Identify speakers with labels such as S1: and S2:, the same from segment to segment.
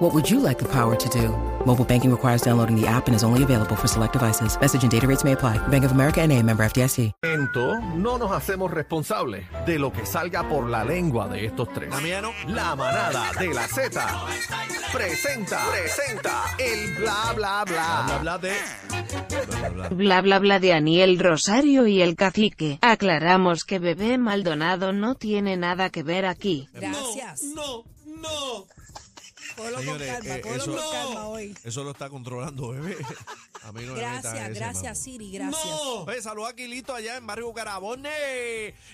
S1: What would you like the power to do? Mobile banking requires downloading the app and is only available for select devices. Message and data rates may apply. Bank of America and a member FDIC.
S2: momento, no nos hacemos responsables de lo que salga por la lengua de estos tres.
S3: La mía no.
S2: La manada de la Z presenta, presenta el bla bla bla.
S3: Bla, bla, de...
S4: Bla bla bla de Aniel Rosario y el cacique. Aclaramos que bebé Maldonado no tiene nada que ver aquí.
S5: Gracias.
S6: No, no,
S5: Cógelo
S3: Señores,
S5: con calma,
S3: eh,
S5: cógelo
S3: eso-
S5: con calma
S6: No.
S5: hoy.
S3: Eso lo está controlando, bebé. A mí no me metas
S5: Gracias,
S3: ese,
S5: gracias,
S3: mano.
S5: Siri, gracias.
S6: no.
S3: Oye, saludos a Quilito allá en Barrio Carabone.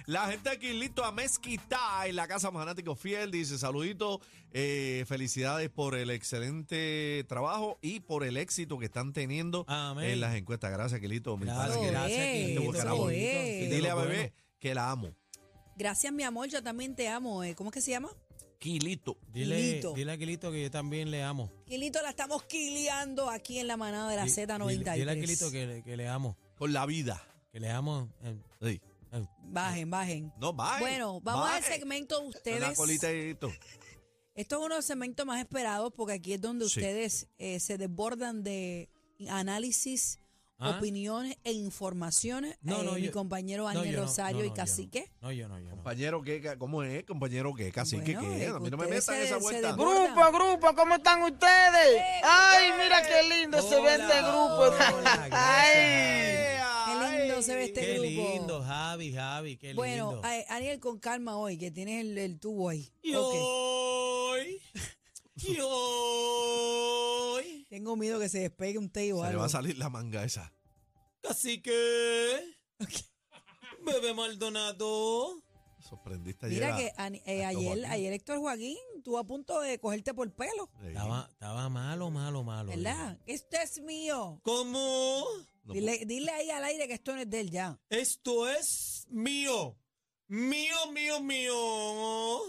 S3: La gente de Quilito a Mezquita en la Casa Fanático Fiel dice: Saluditos, eh, felicidades por el excelente trabajo y por el éxito que están teniendo
S6: Amén.
S3: en las encuestas. Gracias, Quilito. mi
S6: Gracias,
S3: padre, que-
S6: gracias,
S5: eh,
S3: Quilito,
S6: Quilito,
S3: Bucaramanga.
S6: Quilito,
S5: eh.
S6: Quilito,
S3: Dile a
S6: bueno.
S3: bebé que la amo.
S5: Gracias, mi amor, yo también te amo. eh. ¿Cómo es que se llama?
S3: Quilito.
S6: Dile,
S5: Quilito.
S6: dile a Quilito que yo también le amo.
S5: Quilito, la estamos quileando aquí en la manada de la
S6: Di-
S5: Z93.
S6: Dile, dile a Quilito que, le- que le amo.
S3: Con la vida.
S6: Que le amo. eh,
S3: Sí.
S6: eh.
S5: Bajen, bajen.
S3: No, bye.
S5: bueno, vamos
S3: bye.
S5: al segmento de
S3: Una
S5: ustedes.
S3: colita y esto.
S5: Esto es uno de los segmentos más esperados porque aquí es donde
S3: Sí.
S5: ustedes eh, se desbordan de análisis,
S6: ¿Ah?
S5: opiniones e informaciones.
S6: No,
S5: Eh,
S6: no,
S5: mi
S6: yo-
S5: compañero
S6: no, yo
S5: Aniel
S6: no, no,
S5: Rosario
S6: no,
S5: y
S6: yo no.
S5: Cacique.
S6: No, yo no, yo no.
S3: Compañero, ¿qué? Ca- ¿cómo es? Compañero, ¿qué? Casi que
S5: Bueno,
S3: ¿qué?
S5: eh,
S3: A mí no me
S5: ustedes
S3: metan
S5: se-
S3: esa
S5: se
S3: vuelta.
S5: desbordan.
S7: Grupo, grupo, ¿cómo están ustedes? Ay, mira qué lindo se ve este
S6: Hola,
S7: grupo.
S6: hola, gracias.
S7: Ay.
S5: Qué lindo se ve este
S6: Qué
S5: grupo.
S6: lindo, Javi, Javi, qué
S5: Bueno,
S6: lindo.
S5: a- Aniel, con calma hoy, que tienes el, el tubo ahí.
S6: y
S5: Ok.
S6: hoy, y hoy,
S5: Tengo miedo que se despegue un teo o
S3: Se le
S5: algo.
S3: va a salir la manga esa.
S6: casi que... Bebé Maldonado.
S3: Sorprendiste ayer.
S5: Mira
S3: a-
S5: que ani- eh,
S3: a
S5: ayer,
S3: Joaquín.
S5: ayer Héctor Joaquín estuvo a punto de cogerte por pelo,
S3: Sí.
S6: Estaba, estaba malo, malo, malo.
S5: ¿verdad? Esto es mío.
S6: ¿Cómo?
S3: No,
S5: Dile, dile ahí al aire que esto no es de él ya.
S6: Esto es mío. Mío, mío, mío.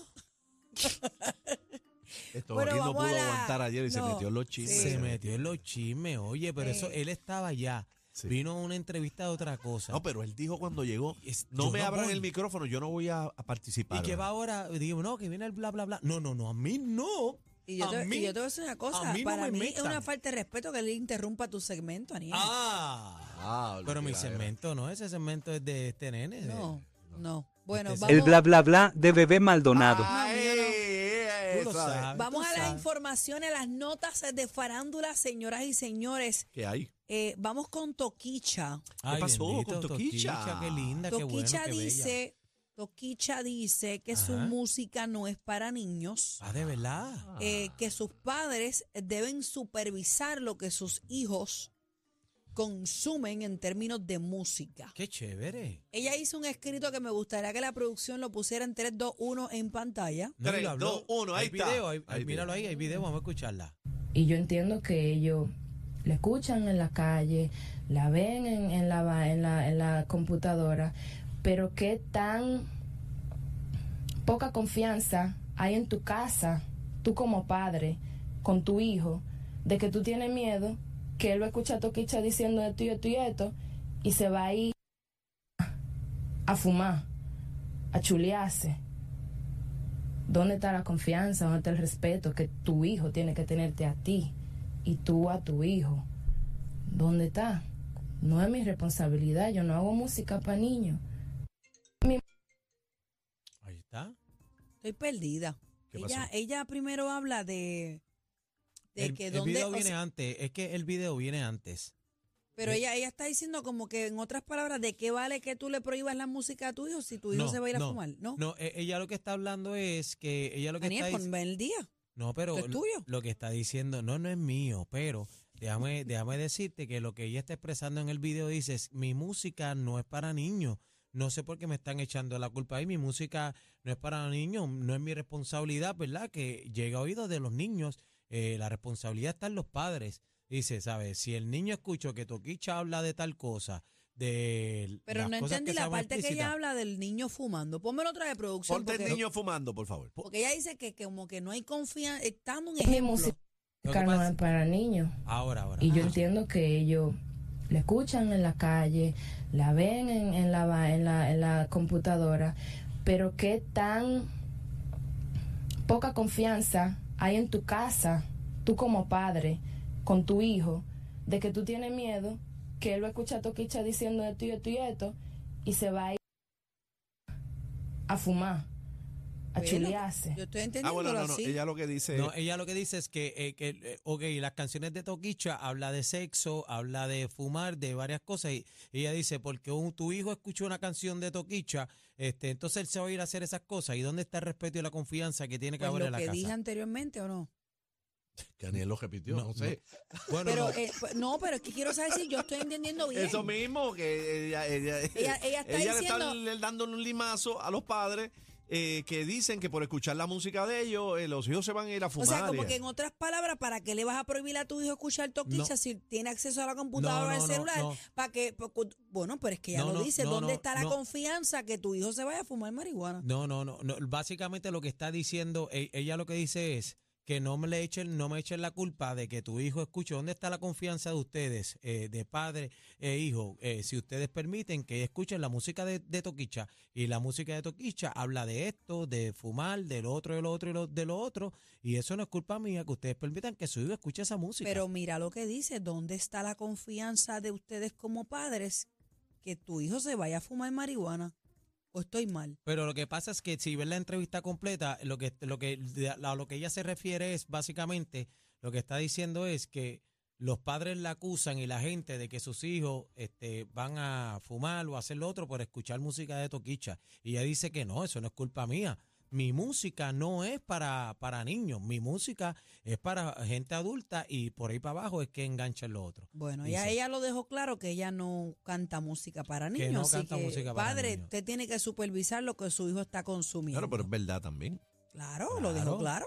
S3: Esto
S5: Bueno,
S3: Joaquín no
S5: vamos a
S3: pudo
S5: la-
S3: aguantar ayer y se
S5: no.
S3: metió en los chismes.
S5: Sí.
S6: Se metió en los chismes, oye, pero eso,
S5: Eh.
S6: él estaba allá.
S3: Sí.
S6: Vino a una entrevista de otra cosa.
S3: No, pero él dijo cuando llegó,
S6: Es-
S3: no
S6: yo
S3: me
S6: no
S3: abran
S6: voy.
S3: el micrófono, yo no voy a, a participar.
S6: y que va ahora, digo, no, que viene el bla, bla, bla. No, no, no, a mí no.
S5: Y yo,
S6: a
S5: te, y
S6: mí.
S5: yo te voy a decir una cosa.
S6: a mí no
S5: Para
S6: me
S5: mí es
S6: metan.
S5: una falta de respeto que le interrumpa tu segmento, Aniel.
S6: Ah,
S3: Ah,
S6: pero mi
S3: mira, era.
S6: segmento no, ese segmento es de este nene.
S3: eh,
S5: no, no. Bueno,
S6: Este-
S5: vamos,
S8: El bla bla bla de bebé Maldonado.
S3: Ah,
S5: No, mío no.
S3: eh, eh,
S6: Tú lo
S3: esa es.
S6: sabes.
S5: vamos
S6: tú
S5: a las
S6: sabes.
S5: informaciones, las notas de farándula, señoras y señores.
S3: ¿Qué hay?
S5: Eh, vamos con Toquicha.
S6: Ay,
S3: pasó
S6: bendito,
S3: con Toquicha?
S6: Qué linda, qué bueno,
S5: Toquicha
S6: qué bella.
S5: dice, Toquicha dice que su
S6: Ajá.
S5: música no es para niños,
S6: Ah, de verdad.
S5: eh, que sus padres deben supervisar lo que sus hijos consumen en términos de música.
S6: Qué chévere.
S5: Ella hizo un escrito que me gustaría que la producción lo pusiera en 3, 2, 1 en pantalla.
S6: No, y
S3: Tres,
S6: lo habló.
S3: dos, uno, ahí
S6: hay
S3: está.
S6: video, hay-
S3: Ahí
S6: míralo
S3: tiene.
S6: ahí, hay video, vamos a escucharla.
S9: Y yo entiendo que ellos la escuchan en la calle, la ven en, en la, va- en, la, en la computadora, pero qué tan poca confianza hay en tu casa, tú como padre, con tu hijo, de que tú tienes miedo, que él lo escucha a Toquicha diciendo esto y esto y esto, y se va a ir a fumar, a chulearse. ¿Dónde está la confianza? ¿Dónde está el respeto que tu hijo tiene que tenerte a ti y tú a tu hijo? ¿Dónde está? No es mi responsabilidad, yo no hago música para niños.
S6: Ahí está.
S5: Estoy perdida.
S3: ¿Qué pasó?
S5: Ella, ella primero habla de, de
S6: el,
S5: que
S6: el
S5: dónde...
S6: video
S5: o
S6: viene
S5: sea,
S6: antes, es que el video viene antes.
S5: Pero
S6: Eh.
S5: ella, ella está diciendo como que, en otras palabras, ¿de qué vale que tú le prohíbas la música a tu hijo si tu hijo se va a ir a fumar? No,
S6: No, e- ella lo que está hablando es que ella lo que
S5: Daniel,
S6: está dic-
S5: ponme el día.
S6: No, pero
S5: ¿esto es
S6: lo-
S5: tuyo?
S6: lo que está diciendo, no, no es mío, pero déjame, déjame decirte que lo que ella está expresando en el video dice, es, mi música no es para niños. No sé por qué me están echando la culpa ahí, mi música no es para niños, no es mi responsabilidad, ¿verdad? Que llega a oídos de los niños, eh, la responsabilidad está en los padres. Dice, ¿sabes? Si el niño escucha que Toquicha habla de tal cosa, de
S5: Pero
S6: las
S5: no
S6: cosas
S5: entendí
S6: que
S5: la
S6: sean
S5: parte que ella
S6: explícitas.
S5: habla del niño fumando. Pónmelo otra de producción.
S3: Ponte el
S5: Porque,
S3: niño fumando, por favor.
S5: porque ella dice que, que como que no hay confianza. Estamos un
S9: Mi
S5: ejemplo.
S9: música
S6: Lo que
S9: no
S6: pasa-
S9: es para niños.
S6: Ahora, ahora.
S9: Y yo
S6: Ah.
S9: entiendo que ellos la escuchan en la calle, la ven en, en la, va- en, la, en la computadora, pero qué tan poca confianza hay en tu casa, tú como padre, con tu hijo, de que tú tienes miedo, que él va a escuchar a Toquicha diciendo esto y esto y esto, y se va a ir a fumar, a
S5: Bueno,
S9: chilearse.
S5: Yo estoy
S3: Ah,
S5: entendiendo
S3: bueno, no, no.
S5: así.
S3: Ella lo que dice.
S6: No, ella lo que dice es que, eh, que, eh, ok, las canciones de Toquicha habla de sexo, habla de fumar, de varias cosas. Y ella dice, porque un- tu hijo escuchó una canción de Toquicha, este, entonces él se va a ir a hacer esas cosas. ¿Y dónde está el respeto y la confianza que tiene que
S5: Pues
S6: haber en
S5: lo
S6: la
S5: que
S6: casa?
S5: dije anteriormente o no.
S3: que Aniel lo repitió, no,
S6: No,
S3: sé.
S6: Bueno,
S5: Pero
S6: no,
S5: eh, pues, no, pero es que quiero saber si yo estoy entendiendo bien.
S3: Eso mismo, que ella, ella,
S5: Ella- ella está
S3: le está
S5: diciendo-
S3: le- dando un limazo a los padres eh, que dicen que por escuchar la música de ellos, eh, los hijos se van a ir a
S5: O
S3: fumar.
S5: sea, como
S3: y-
S5: que en otras palabras, ¿para qué le vas a prohibir a tu hijo escuchar toquicha
S6: No.
S5: si tiene acceso a la computadora
S6: No,
S5: o
S6: no,
S5: al
S6: no,
S5: celular?
S6: no.
S5: Para que, porque- bueno, pero es que ya lo
S6: No, no,
S5: dice,
S6: no,
S5: ¿dónde
S6: no,
S5: está la
S6: no.
S5: confianza que tu hijo se vaya a fumar marihuana?
S6: no, no, no, no. Básicamente lo que está diciendo, e- ella lo que dice es que no me le echen, no me echen la culpa de que tu hijo escuche. ¿Dónde está la confianza de ustedes, eh, de padre e hijo? Eh, si ustedes permiten que escuchen la música de, de Toquicha y la música de Toquicha habla de esto, de fumar, del otro, del otro y lo- de lo otro. Y eso no es culpa mía que ustedes permitan que su hijo escuche esa música.
S5: Pero mira lo que dice, ¿dónde está la confianza de ustedes como padres que tu hijo se vaya a fumar marihuana? ¿O estoy mal?
S6: Pero lo que pasa es que si ves la entrevista completa, lo que, lo que, a lo que ella se refiere es básicamente lo que está diciendo es que los padres la acusan y la gente de que sus hijos este, van a fumar o a hacer lo otro por escuchar música de Toquicha. Y ella dice que no, eso no es culpa mía. Mi música no es para, para niños, mi música es para gente adulta y por ahí para abajo es que enganchan lo otro.
S5: Bueno, ya
S6: Dice.
S5: ella lo dejó claro que ella no canta música para
S6: Que
S5: niños.
S6: no
S5: así
S6: canta
S5: que,
S6: música para
S5: padre,
S6: niños.
S5: usted tiene que supervisar lo que su hijo está consumiendo.
S3: Claro, pero es verdad también.
S5: Claro, lo dejó
S6: Claro.
S5: claro.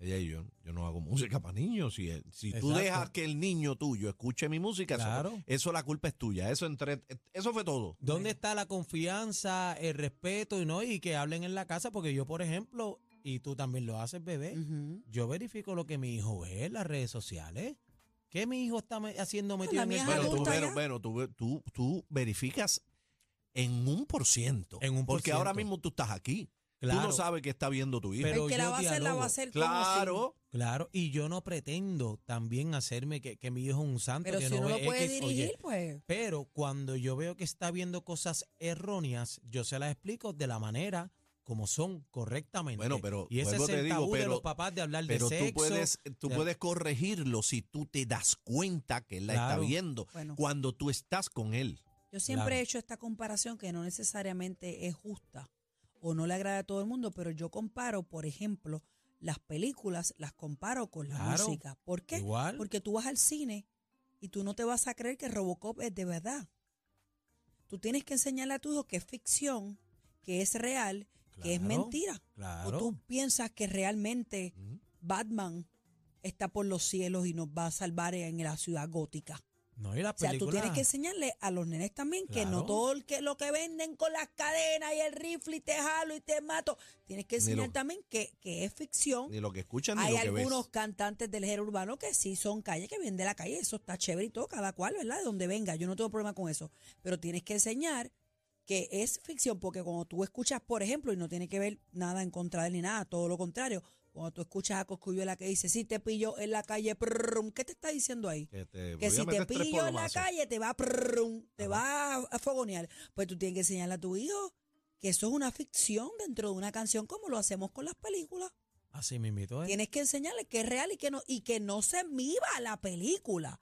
S3: Ella y yo, yo no hago música para niños. Si, eh, si tú
S6: Exacto.
S3: dejas que el niño tuyo escuche mi música, eso-
S6: Claro.
S3: eso, la culpa es tuya. Eso entre, eso fue todo.
S6: ¿Dónde está la confianza, el respeto y no y que hablen en la casa? Porque yo, por ejemplo, y tú también lo haces, bebé,
S5: Ujú.
S6: yo verifico lo que mi hijo ve en las redes sociales. ¿Qué mi hijo está me- haciendo metido en
S5: mía
S6: el
S5: es
S3: Bueno, tú,
S5: adulta
S3: bueno,
S5: ya.
S3: bueno, tú, ve- tú, tú verificas en un por ciento.
S6: En un por
S3: Porque ahora
S6: ciento.
S3: mismo tú estás aquí. Tú
S6: Claro.
S3: no sabes qué está viendo tu hijo.
S6: Pero
S5: el que la
S6: yo
S5: va a hacer, la va
S6: dialogo.
S5: a hacer como sin-
S3: claro.
S6: Claro, y yo no pretendo también hacerme que, que mi hijo es un santo,
S5: Pero
S6: que
S5: si
S6: no
S5: uno
S6: ve
S5: lo puede
S6: X o Y.
S5: dirigir, pues.
S6: Pero cuando yo veo que está viendo cosas erróneas, yo se las explico de la manera como son correctamente.
S3: Bueno, pero
S6: y ese
S3: vuelvo
S6: es
S3: te
S6: el
S3: digo,
S6: tabú de
S3: pero-
S6: los papás de hablar
S3: Pero
S6: de sexo.
S3: tú puedes, eh, tú
S6: de-
S3: puedes corregirlo si tú te das cuenta que él la
S6: Claro.
S3: está viendo
S5: Bueno.
S3: cuando tú estás con él.
S5: Yo siempre he
S6: Claro.
S5: hecho esta comparación que no necesariamente es justa o no le agrada a todo el mundo, pero yo comparo, por ejemplo, las películas, las comparo con la
S6: Claro.
S5: música. ¿Por qué?
S6: Igual.
S5: Porque tú vas al cine y tú no te vas a creer que Robocop es de verdad. Tú tienes que enseñarle a tu hijo que es ficción, que es real, que es
S6: Claro,
S5: mentira.
S6: Claro.
S5: O tú piensas que realmente
S3: Ujú.
S5: Batman está por los cielos y nos va a salvar en la ciudad gótica.
S6: No, y las
S5: O sea, tú
S6: películas-
S5: tienes que enseñarle a los nenes también que no
S6: Claro.
S5: todo el que, lo que venden con las cadenas y el rifle y te jalo y te mato. Tienes que
S3: Ni
S5: enseñar
S3: lo-
S5: también que, que es ficción.
S3: Ni lo que escuchan ni
S5: Hay
S3: lo que
S5: algunos
S3: ves.
S5: cantantes del género urbano que sí son calle, que vienen de la calle, eso está chévere y todo, cada cual, ¿verdad? De donde venga, yo no tengo problema con eso. Pero tienes que enseñar que es ficción, porque cuando tú escuchas, por ejemplo, y no tiene que ver nada en contra de él ni nada, todo lo contrario, cuando tú escuchas a Coscuyuela que dice, si te pillo en la calle, prrrum", ¿qué te está diciendo ahí?
S3: Que, te voy
S5: Que
S3: a
S5: si te
S3: meter tres
S5: pillo en la
S3: polomazos.
S5: calle te va a prrrrum, te va a, a fogonear. Pues tú tienes que enseñarle a tu hijo que eso es una ficción dentro de una canción como lo hacemos con las películas.
S6: Así ¿eh? me invitó.
S5: Tienes que enseñarle que es real y que no, y que no se viva la película.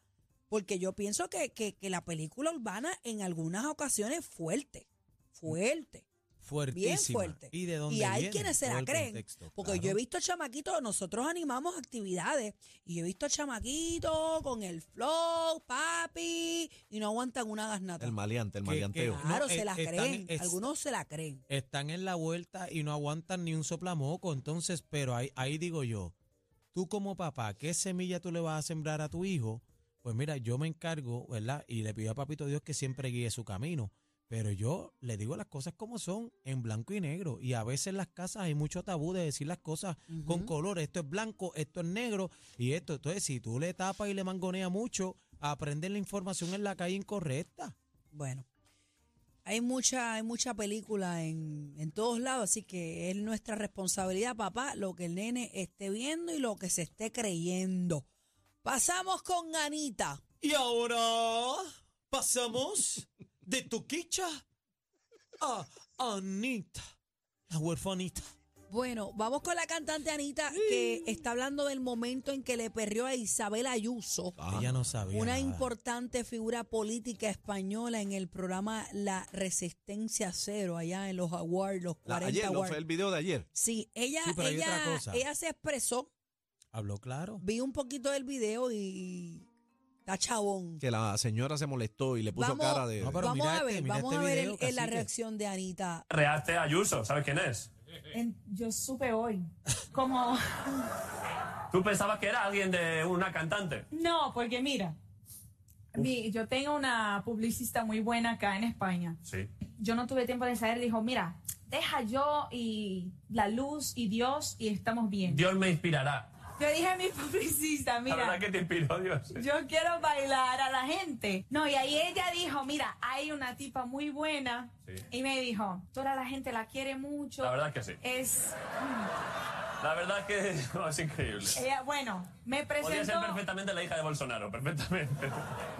S5: Porque yo pienso que, que- que la película urbana en algunas ocasiones es fuerte, fuerte,
S6: Fuertísima.
S5: bien fuerte.
S6: ¿Y de dónde
S5: hay
S6: viene?
S5: quienes se
S6: Todo
S5: la
S6: el
S5: creen.
S6: contexto,
S5: porque
S6: claro.
S5: yo he visto chamaquitos, nosotros animamos actividades, y yo he visto chamaquitos con el flow, papi, y no aguantan una gasnata.
S3: El maleante, el
S6: Que-
S3: maleanteo.
S6: que-
S5: Claro,
S6: No,
S5: se
S6: es-
S5: la
S6: están-
S5: creen,
S6: es-
S5: algunos se la creen.
S6: Están en la vuelta y no aguantan ni un soplamoco. Entonces, pero ahí, ahí digo yo, tú como papá, ¿qué semilla tú le vas a sembrar a tu hijo pues mira, yo me encargo, ¿verdad? Y le pido a Papito Dios que siempre guíe su camino. Pero yo le digo las cosas como son, en blanco y negro. Y a veces en las casas hay mucho tabú de decir las cosas con color. Esto es blanco, esto es negro y esto. Entonces, si tú le tapas y le mangoneas mucho, aprendes la información en la calle incorrecta.
S5: Bueno, hay mucha, hay mucha película en, en todos lados, así que es nuestra responsabilidad, papá, lo que el nene esté viendo y lo que se esté creyendo. Pasamos con Anita.
S6: Y ahora pasamos de Tuquicha a Anita, la huerfanita.
S5: Bueno, vamos con la cantante Anita que está hablando del momento en que le perrió a Isabel Ayuso,
S3: Ah,
S6: Ella no sabía.
S5: una
S6: nada.
S5: importante figura política española en el programa La Resistencia Cero, allá en los awards, los
S3: La-
S5: 40
S3: ayer, ¿no?
S5: awards.
S3: Fue el video de ayer.
S5: Sí, ella,
S6: Sí, pero hay otra
S5: ella,
S6: cosa.
S5: ella se expresó,
S6: Habló claro.
S5: vi un poquito del video y está chabón.
S3: Que la señora se molestó y le puso
S5: Vamos-
S3: cara de.
S6: No, pero-
S5: Vamos
S6: mira
S5: a
S6: este,
S5: ver,
S6: mira
S5: vamos
S6: este
S5: a ver
S6: video,
S5: el- el- la
S6: cacique.
S5: reacción de Anita.
S10: Reate Ayuso, ¿sabes quién es?
S9: yo supe hoy, como,
S10: Tú pensabas que era alguien de una cantante.
S9: no, porque mira, mi- yo tengo una publicista muy buena acá en España.
S10: Sí.
S9: Yo no tuve tiempo de saber, dijo, mira, deja yo y la luz y Dios y estamos bien.
S10: Dios me inspirará.
S9: Yo dije a mi publicista,
S10: La
S9: mira,
S10: verdad que te inspiró Dios.
S9: yo quiero bailar a la gente. No, y ahí ella dijo, mira, hay una tipa muy buena.
S10: Sí.
S9: Y me dijo, toda la gente la quiere mucho.
S10: La verdad que sí.
S9: Es,
S10: La verdad que es increíble.
S5: Eh,
S9: ella, bueno, me
S10: Podría ser
S9: presentó.
S10: perfectamente la hija de Bolsonaro, perfectamente.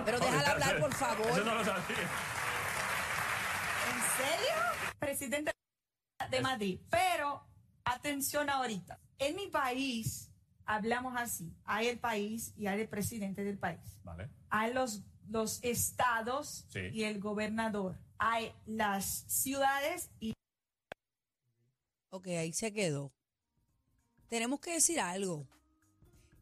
S5: Pero déjala hablar, por favor.
S10: Eso no lo sabía.
S9: ¿En serio? Presidente de Madrid. Pero, atención ahorita. En mi país, hablamos así. Hay el país y hay el presidente del país.
S10: Vale.
S9: Hay los, los estados
S10: Sí.
S9: y el gobernador. Hay las ciudades y...
S5: Ok, ahí se quedó. Tenemos que decir algo.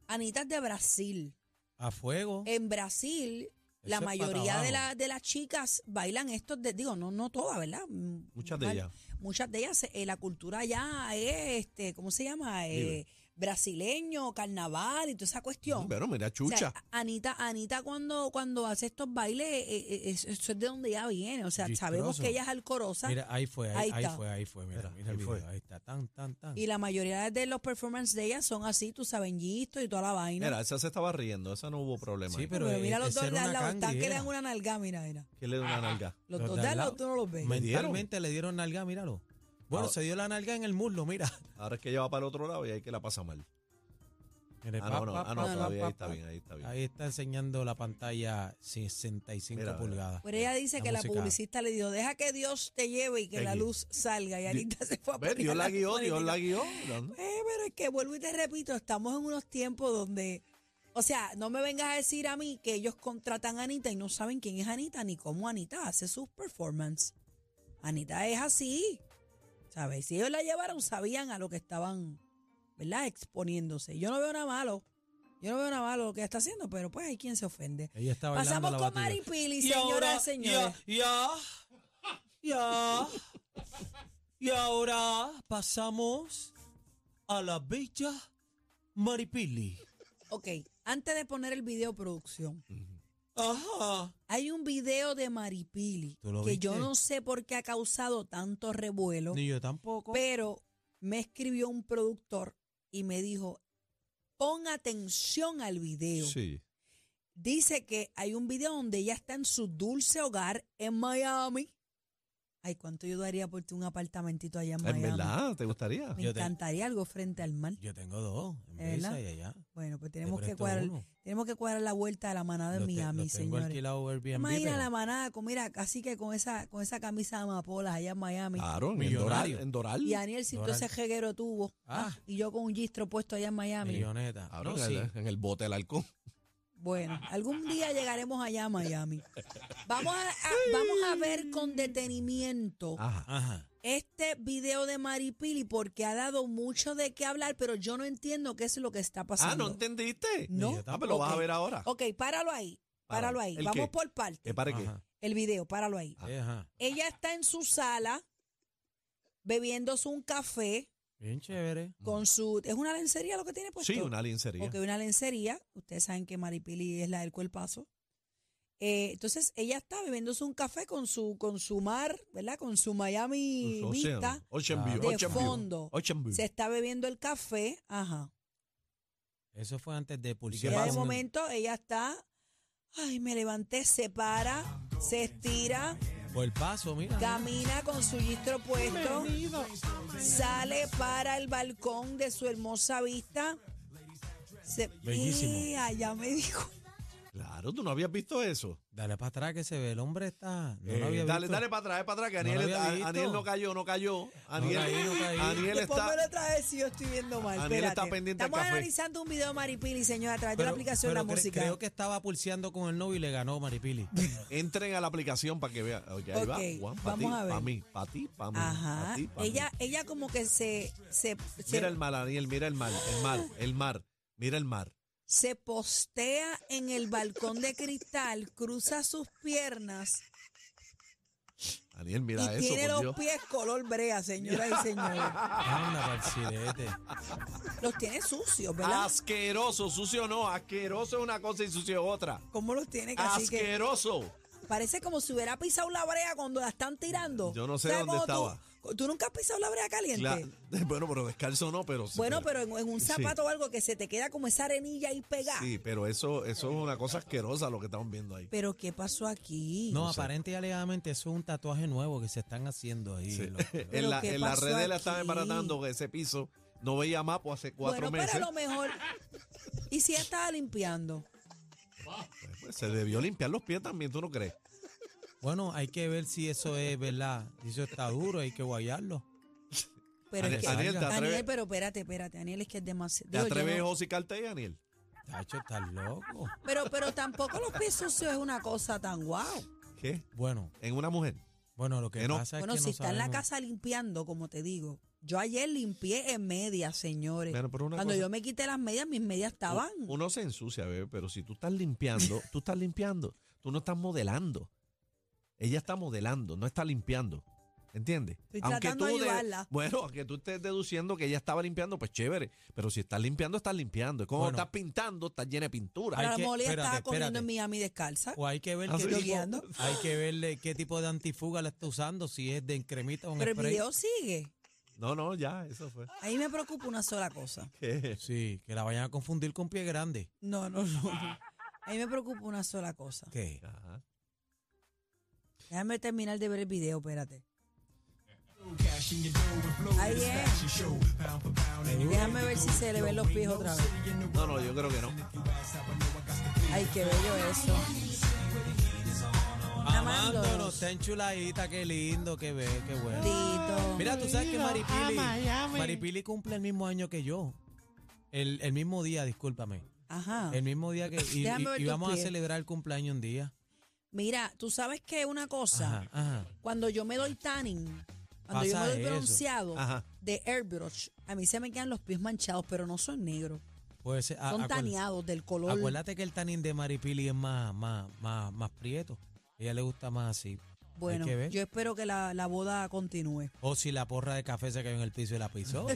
S5: Anita es de Brasil.
S6: A fuego.
S5: En Brasil, la
S6: es
S5: mayoría
S6: pata
S5: de,
S6: abajo.
S5: la- de las chicas bailan estos, de- digo, no, no todas, ¿verdad? Mm,
S3: Muchas de
S5: mal-
S3: ellas.
S5: Muchas de ellas, eh, la cultura ya es, este, ¿cómo se llama? Eh,
S3: Libre.
S5: brasileño, carnaval y toda esa cuestión.
S3: Bueno, mira,
S5: O sea,
S3: chucha.
S5: Anita, Anita cuando, cuando hace estos bailes, eh, eh, eso eso es de donde ella viene. O sea, sabemos
S6: Chistoso.
S5: que ella es alcorosa.
S6: Mira, ahí fue,
S5: Ahí
S6: ahí, ahí
S5: está.
S6: fue, ahí fue.
S3: Mira,
S6: Mira, mira
S3: ahí
S6: el
S3: fue.
S6: video. Ahí está, tan, tan, tan.
S5: Y la mayoría de los performances de ellas son así, tú saben, yisto y toda la vaina.
S3: Mira, esa se estaba riendo, esa no hubo problema.
S6: Sí,
S3: ahí.
S5: pero,
S6: pero es-
S5: mira
S6: es
S5: los dos
S6: ser
S5: de al
S6: una
S5: lado, están que le
S6: canguera.
S5: dan una nalga, mira, mira.
S3: Que le da una nalga.
S5: Los,
S6: Los
S5: dos
S6: de
S5: de
S6: al
S5: al lado
S6: lado.
S5: tú no los ves.
S3: Me- dieron.
S6: Mentalmente le dieron nalga, míralo. Bueno,
S3: Ah.
S6: se dio la nalga en el muslo, mira.
S3: Ahora es que ella va para el otro lado y ahí que la pasa mal.
S6: Mira,
S3: Ah,
S6: pa,
S3: no, no,
S6: pa,
S3: ah, no,
S6: pa,
S3: todavía
S6: pa,
S3: ahí está
S6: pa.
S3: bien, ahí está bien.
S6: Ahí está enseñando la pantalla 65
S3: Mira, mira.
S6: pulgadas.
S5: Pero ella dice
S6: La
S5: que la
S6: música.
S5: publicista le dijo, deja que Dios te lleve y que
S3: eh, Te
S5: la
S3: guíe.
S5: luz salga. Y Anita se fue a
S3: Ve,
S5: poner
S3: Dios
S5: a
S3: la
S5: la
S3: guió, Dios la
S5: política.
S3: guió. ¿no?
S5: Eh, pero es que vuelvo y te repito, estamos en unos tiempos donde, o sea, no me vengas a decir a mí que ellos contratan a Anita y no saben quién es Anita ni cómo Anita hace sus performances. Anita es así, ¿sabes? Si ellos la llevaron, sabían a lo que estaban, ¿verdad? Exponiéndose. Yo no veo nada malo. Yo no veo nada malo lo que ella está haciendo, pero pues hay quien se ofende.
S6: Ella está bailando
S5: Pasamos
S6: la
S5: con
S6: batida.
S5: Mari Pili, señoras y señores.
S6: Ya, ya, ya. Y ahora pasamos a la bella Maripili.
S5: Ok, antes de poner el video producción,
S6: Ajá.
S5: hay un video de Maripili
S6: ¿Tú lo
S5: que yo
S6: viste?
S5: no sé por qué ha causado tanto revuelo,
S6: Ni yo tampoco.
S5: pero me escribió un productor y me dijo, pon atención al video.
S3: Sí.
S5: Dice que hay un video donde ella está en su dulce hogar en Miami. Ay, ¿cuánto yo daría por ti un apartamentito allá en
S3: En
S5: Miami?
S3: verdad, ¿te gustaría?
S5: Me
S6: Ah, Yo te-
S5: encantaría algo frente al mar.
S6: Yo tengo dos, en
S5: ¿Es
S6: Brisa
S5: verdad?
S6: y allá.
S5: Bueno, pues
S6: Te
S5: tenemos que,
S6: presto
S5: cuadrar,
S6: uno.
S5: tenemos que cuadrar la vuelta de la manada en
S6: Los te-
S5: Miami,
S6: los tengo
S5: señores.
S6: alquilado Airbnb,
S5: Imagina
S6: pero-
S5: la manada, con- mira, casi que con esa, con esa camisa de amapolas allá en Miami.
S3: Claro, en Doral.
S6: Millonario.
S3: En Ah, Doral.
S5: Y Daniel sintió
S6: Doral.
S5: ese jeguero tubo.
S6: Ah.
S5: Y yo con un gistro puesto allá en Miami.
S6: Milloneta.
S3: Claro,
S6: No,
S3: en,
S6: sí. Ah,
S3: el, en el bote del halcón.
S5: Bueno, algún día llegaremos allá a Miami. Vamos a, a- vamos a ver con detenimiento
S3: Ajá.
S6: Ajá.
S5: este video de Maripili porque ha dado mucho de qué hablar, pero yo no entiendo qué es lo que está
S3: Ah,
S5: pasando.
S3: ¿no entendiste?
S5: No.
S3: Ah, pero lo vas a
S5: Ok.
S3: ver ahora.
S5: Ok, páralo ahí. Páralo ahí.
S3: ¿El Ah.
S5: Vamos
S3: qué?
S5: por parte.
S3: ¿Eh, ¿Para qué?
S6: Ajá.
S5: El video, páralo ahí.
S6: Ajá.
S5: Ella está en su sala bebiéndose un café
S6: Bien chévere.
S5: Con su, ¿Es una lencería lo que tiene puesto?
S3: Sí, una lencería.
S5: Porque una lencería, ustedes saben que Maripili es la del cuerpazo. Eh, entonces ella está bebiéndose un café con su, con su mar, ¿verdad? Con su Miami
S3: Ocean-
S5: vista
S3: Ocean View,
S5: de
S3: Ocean View,
S5: fondo.
S3: Ocean View.
S5: Se está bebiendo el café, ajá.
S6: Eso fue antes de
S5: Y
S6: pulsar.
S5: ya de momento ella está, ay, me levanté, se para, se estira,
S6: Por el paso, mira.
S5: camina con su gistro puesto, sale para el balcón de su hermosa vista. Se,
S6: Bellísimo.
S5: Ea, ya me dijo.
S3: Claro, tú no habías visto eso.
S6: Dale para atrás que se ve. El hombre está. No
S3: Eh,
S6: lo había
S3: dale,
S6: visto.
S3: dale para atrás, para atrás, que
S6: No lo
S3: Aniel,
S6: había
S3: a-
S6: visto.
S3: Aniel no cayó, no cayó. Aniel,
S6: caí, no caí.
S3: Aniel
S5: Después me
S3: está.
S5: lo traes si yo estoy viendo mal.
S3: Aniel está
S5: espérate.
S3: pendiente al
S5: Estamos
S3: café.
S5: analizando un video de Maripili, señora, a través de la aplicación de La
S6: cre-
S5: Música.
S6: Creo que estaba pulseando con el novio y le ganó Maripili.
S3: Entren a la aplicación para que vean. Oye, ahí
S5: Ok,
S3: va, Juan, para ti,
S5: vamos a ver.
S3: para mí, para ti, para mí.
S5: Ajá.
S3: pa' ti, pa' mí.
S5: ella, ella como que se, se, se,
S3: Mira el mar, Aniel, mira el mar, el mar, el mar. Mira el mar.
S5: se postea en el balcón de cristal, cruza sus piernas
S3: Aniel,
S5: y
S3: mira eso,
S5: tiene
S3: por
S5: los
S3: Dios.
S5: pies color brea, señoras y señores.
S6: Anda, parcilete.
S5: Los tiene sucios, ¿verdad?
S3: Ah, Asqueroso, sucio no, asqueroso es una cosa y sucio es otra.
S5: ¿Cómo los tiene casi que
S3: Asqueroso.
S5: Parece como si hubiera pisado la brea cuando la están tirando.
S3: Yo no sé
S5: ¿Sabes
S3: dónde
S5: cuando Tú, tú nunca has pisado la brea caliente?
S3: Cla- bueno, pero descalzo no, pero sí,
S5: Bueno, pero en, en un
S3: Sí.
S5: zapato o algo que se te queda como esa arenilla ahí pegada.
S3: Sí, pero eso, eso es una cosa asquerosa lo que estamos viendo ahí.
S5: Pero ¿qué pasó aquí?
S6: No,
S3: sé.
S6: aparente y alegadamente eso es un tatuaje nuevo que se están haciendo ahí.
S3: Sí.
S6: loco.
S5: Pero
S3: en la,
S5: ¿qué
S3: en la
S5: pasó
S3: red de la estaban
S5: aquí?
S3: embaratando ese piso. No veía mapa hace cuatro
S5: bueno,
S3: meses.
S5: pero a lo mejor. ¿Y si ella estaba limpiando?
S3: Pues se debió limpiar los pies también, ¿tú no crees?
S6: Bueno, hay que ver si eso es verdad. Si eso está duro, hay que guayarlo.
S5: Pero es
S3: Aniel,
S5: que,
S3: Aniel, ¿te atreves?
S5: pero espérate, espérarte. Aniel es que es demasiado.
S3: ¿Te
S5: Digo, yo
S3: atreves a
S5: no-
S3: hocicarte ahí, Daniel?
S6: Tacho, estás loco.
S5: pero, pero tampoco los pies sucios es una cosa tan guau.
S3: ¿Qué?
S6: Bueno,
S3: ¿En una mujer?
S6: bueno, lo que
S3: Que no.
S6: pasa es
S5: Bueno,
S6: que
S5: si
S6: no
S5: está en la
S6: sabemos.
S5: casa limpiando, como te digo. Yo ayer limpié en medias, señores.
S3: Bueno, pero una
S5: Cuando
S3: cosa-
S5: yo me quité las medias, mis medias estaban.
S3: Uno se ensucia, bebé, pero si tú estás limpiando, tú estás limpiando, tú no estás modelando. Ella está modelando, no está limpiando. ¿Entiendes?
S5: Estoy tratando de ayudarla.
S3: Bueno, aunque tú estés deduciendo que ella estaba limpiando, pues chévere. Pero si estás limpiando, estás limpiando. Es como
S6: Bueno.
S3: estás pintando, estás llena de pintura.
S5: Pero
S6: hay
S5: a lo
S6: que-
S5: mejor ella estaba
S6: espérate,
S5: comiendo en
S6: espérate.
S5: Miami descalza.
S6: O hay que ver
S3: Ah,
S6: qué
S3: sí.
S6: tipo,
S5: Bloqueando.
S6: hay que verle qué tipo de antifuga la está usando, si es de cremita o en
S5: Pero el
S6: spray.
S5: video sigue.
S3: No, no, ya, eso fue.
S5: Ahí me preocupa una sola cosa.
S6: Sí, que la vayan a confundir con pie grande.
S5: No, no, no. Ahí me preocupa una sola cosa.
S6: ¿Qué?
S3: Ajá.
S5: Déjame terminar de ver el video, espérate. Ahí es. Déjame ver si se le ven los pies otra vez.
S3: No, no, yo creo que no.
S5: Ay, qué bello eso.
S6: Amándonos, está enchuladita, qué lindo, qué ve, qué bueno.
S5: Tito.
S6: Mira, tú sabes que Maripili, Maripili cumple el mismo año que yo. El, el mismo día, discúlpame.
S5: Ajá.
S6: El mismo día que. Y,
S5: Déjame ver
S6: y- y
S5: tus
S6: vamos a
S5: pies.
S6: celebrar el cumpleaños un día.
S5: Mira, tú sabes que una cosa,
S6: Ajá, ajá.
S5: cuando yo me doy tanning, cuando yo me
S6: Pasa
S5: doy
S6: eso.
S5: bronceado
S3: Ajá.
S5: de airbrush, a mí se me quedan los pies manchados, pero no son negros,
S6: Pues, a-
S5: son
S6: acuérdate-
S5: taneados
S6: Ah,
S5: del color.
S6: Acuérdate que el tanín de Maripili es más, más, más, más prieto. A ella le gusta más así.
S5: Bueno,
S6: que ver.
S5: yo espero que la, la boda continúe.
S6: O si la porra de café se cayó en el piso y la pisó.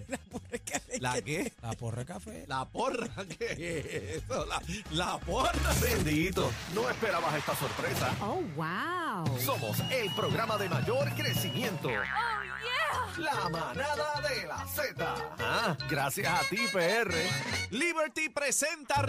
S3: ¿La qué?
S6: la porra de café.
S3: La porra, ¿qué es eso? La, la porra.
S2: Bendito, no esperabas esta sorpresa.
S4: Oh, wow. Oh,
S2: Somos el programa de mayor crecimiento. La manada de la Z. Ah, gracias a ti, PR.
S3: Liberty presenta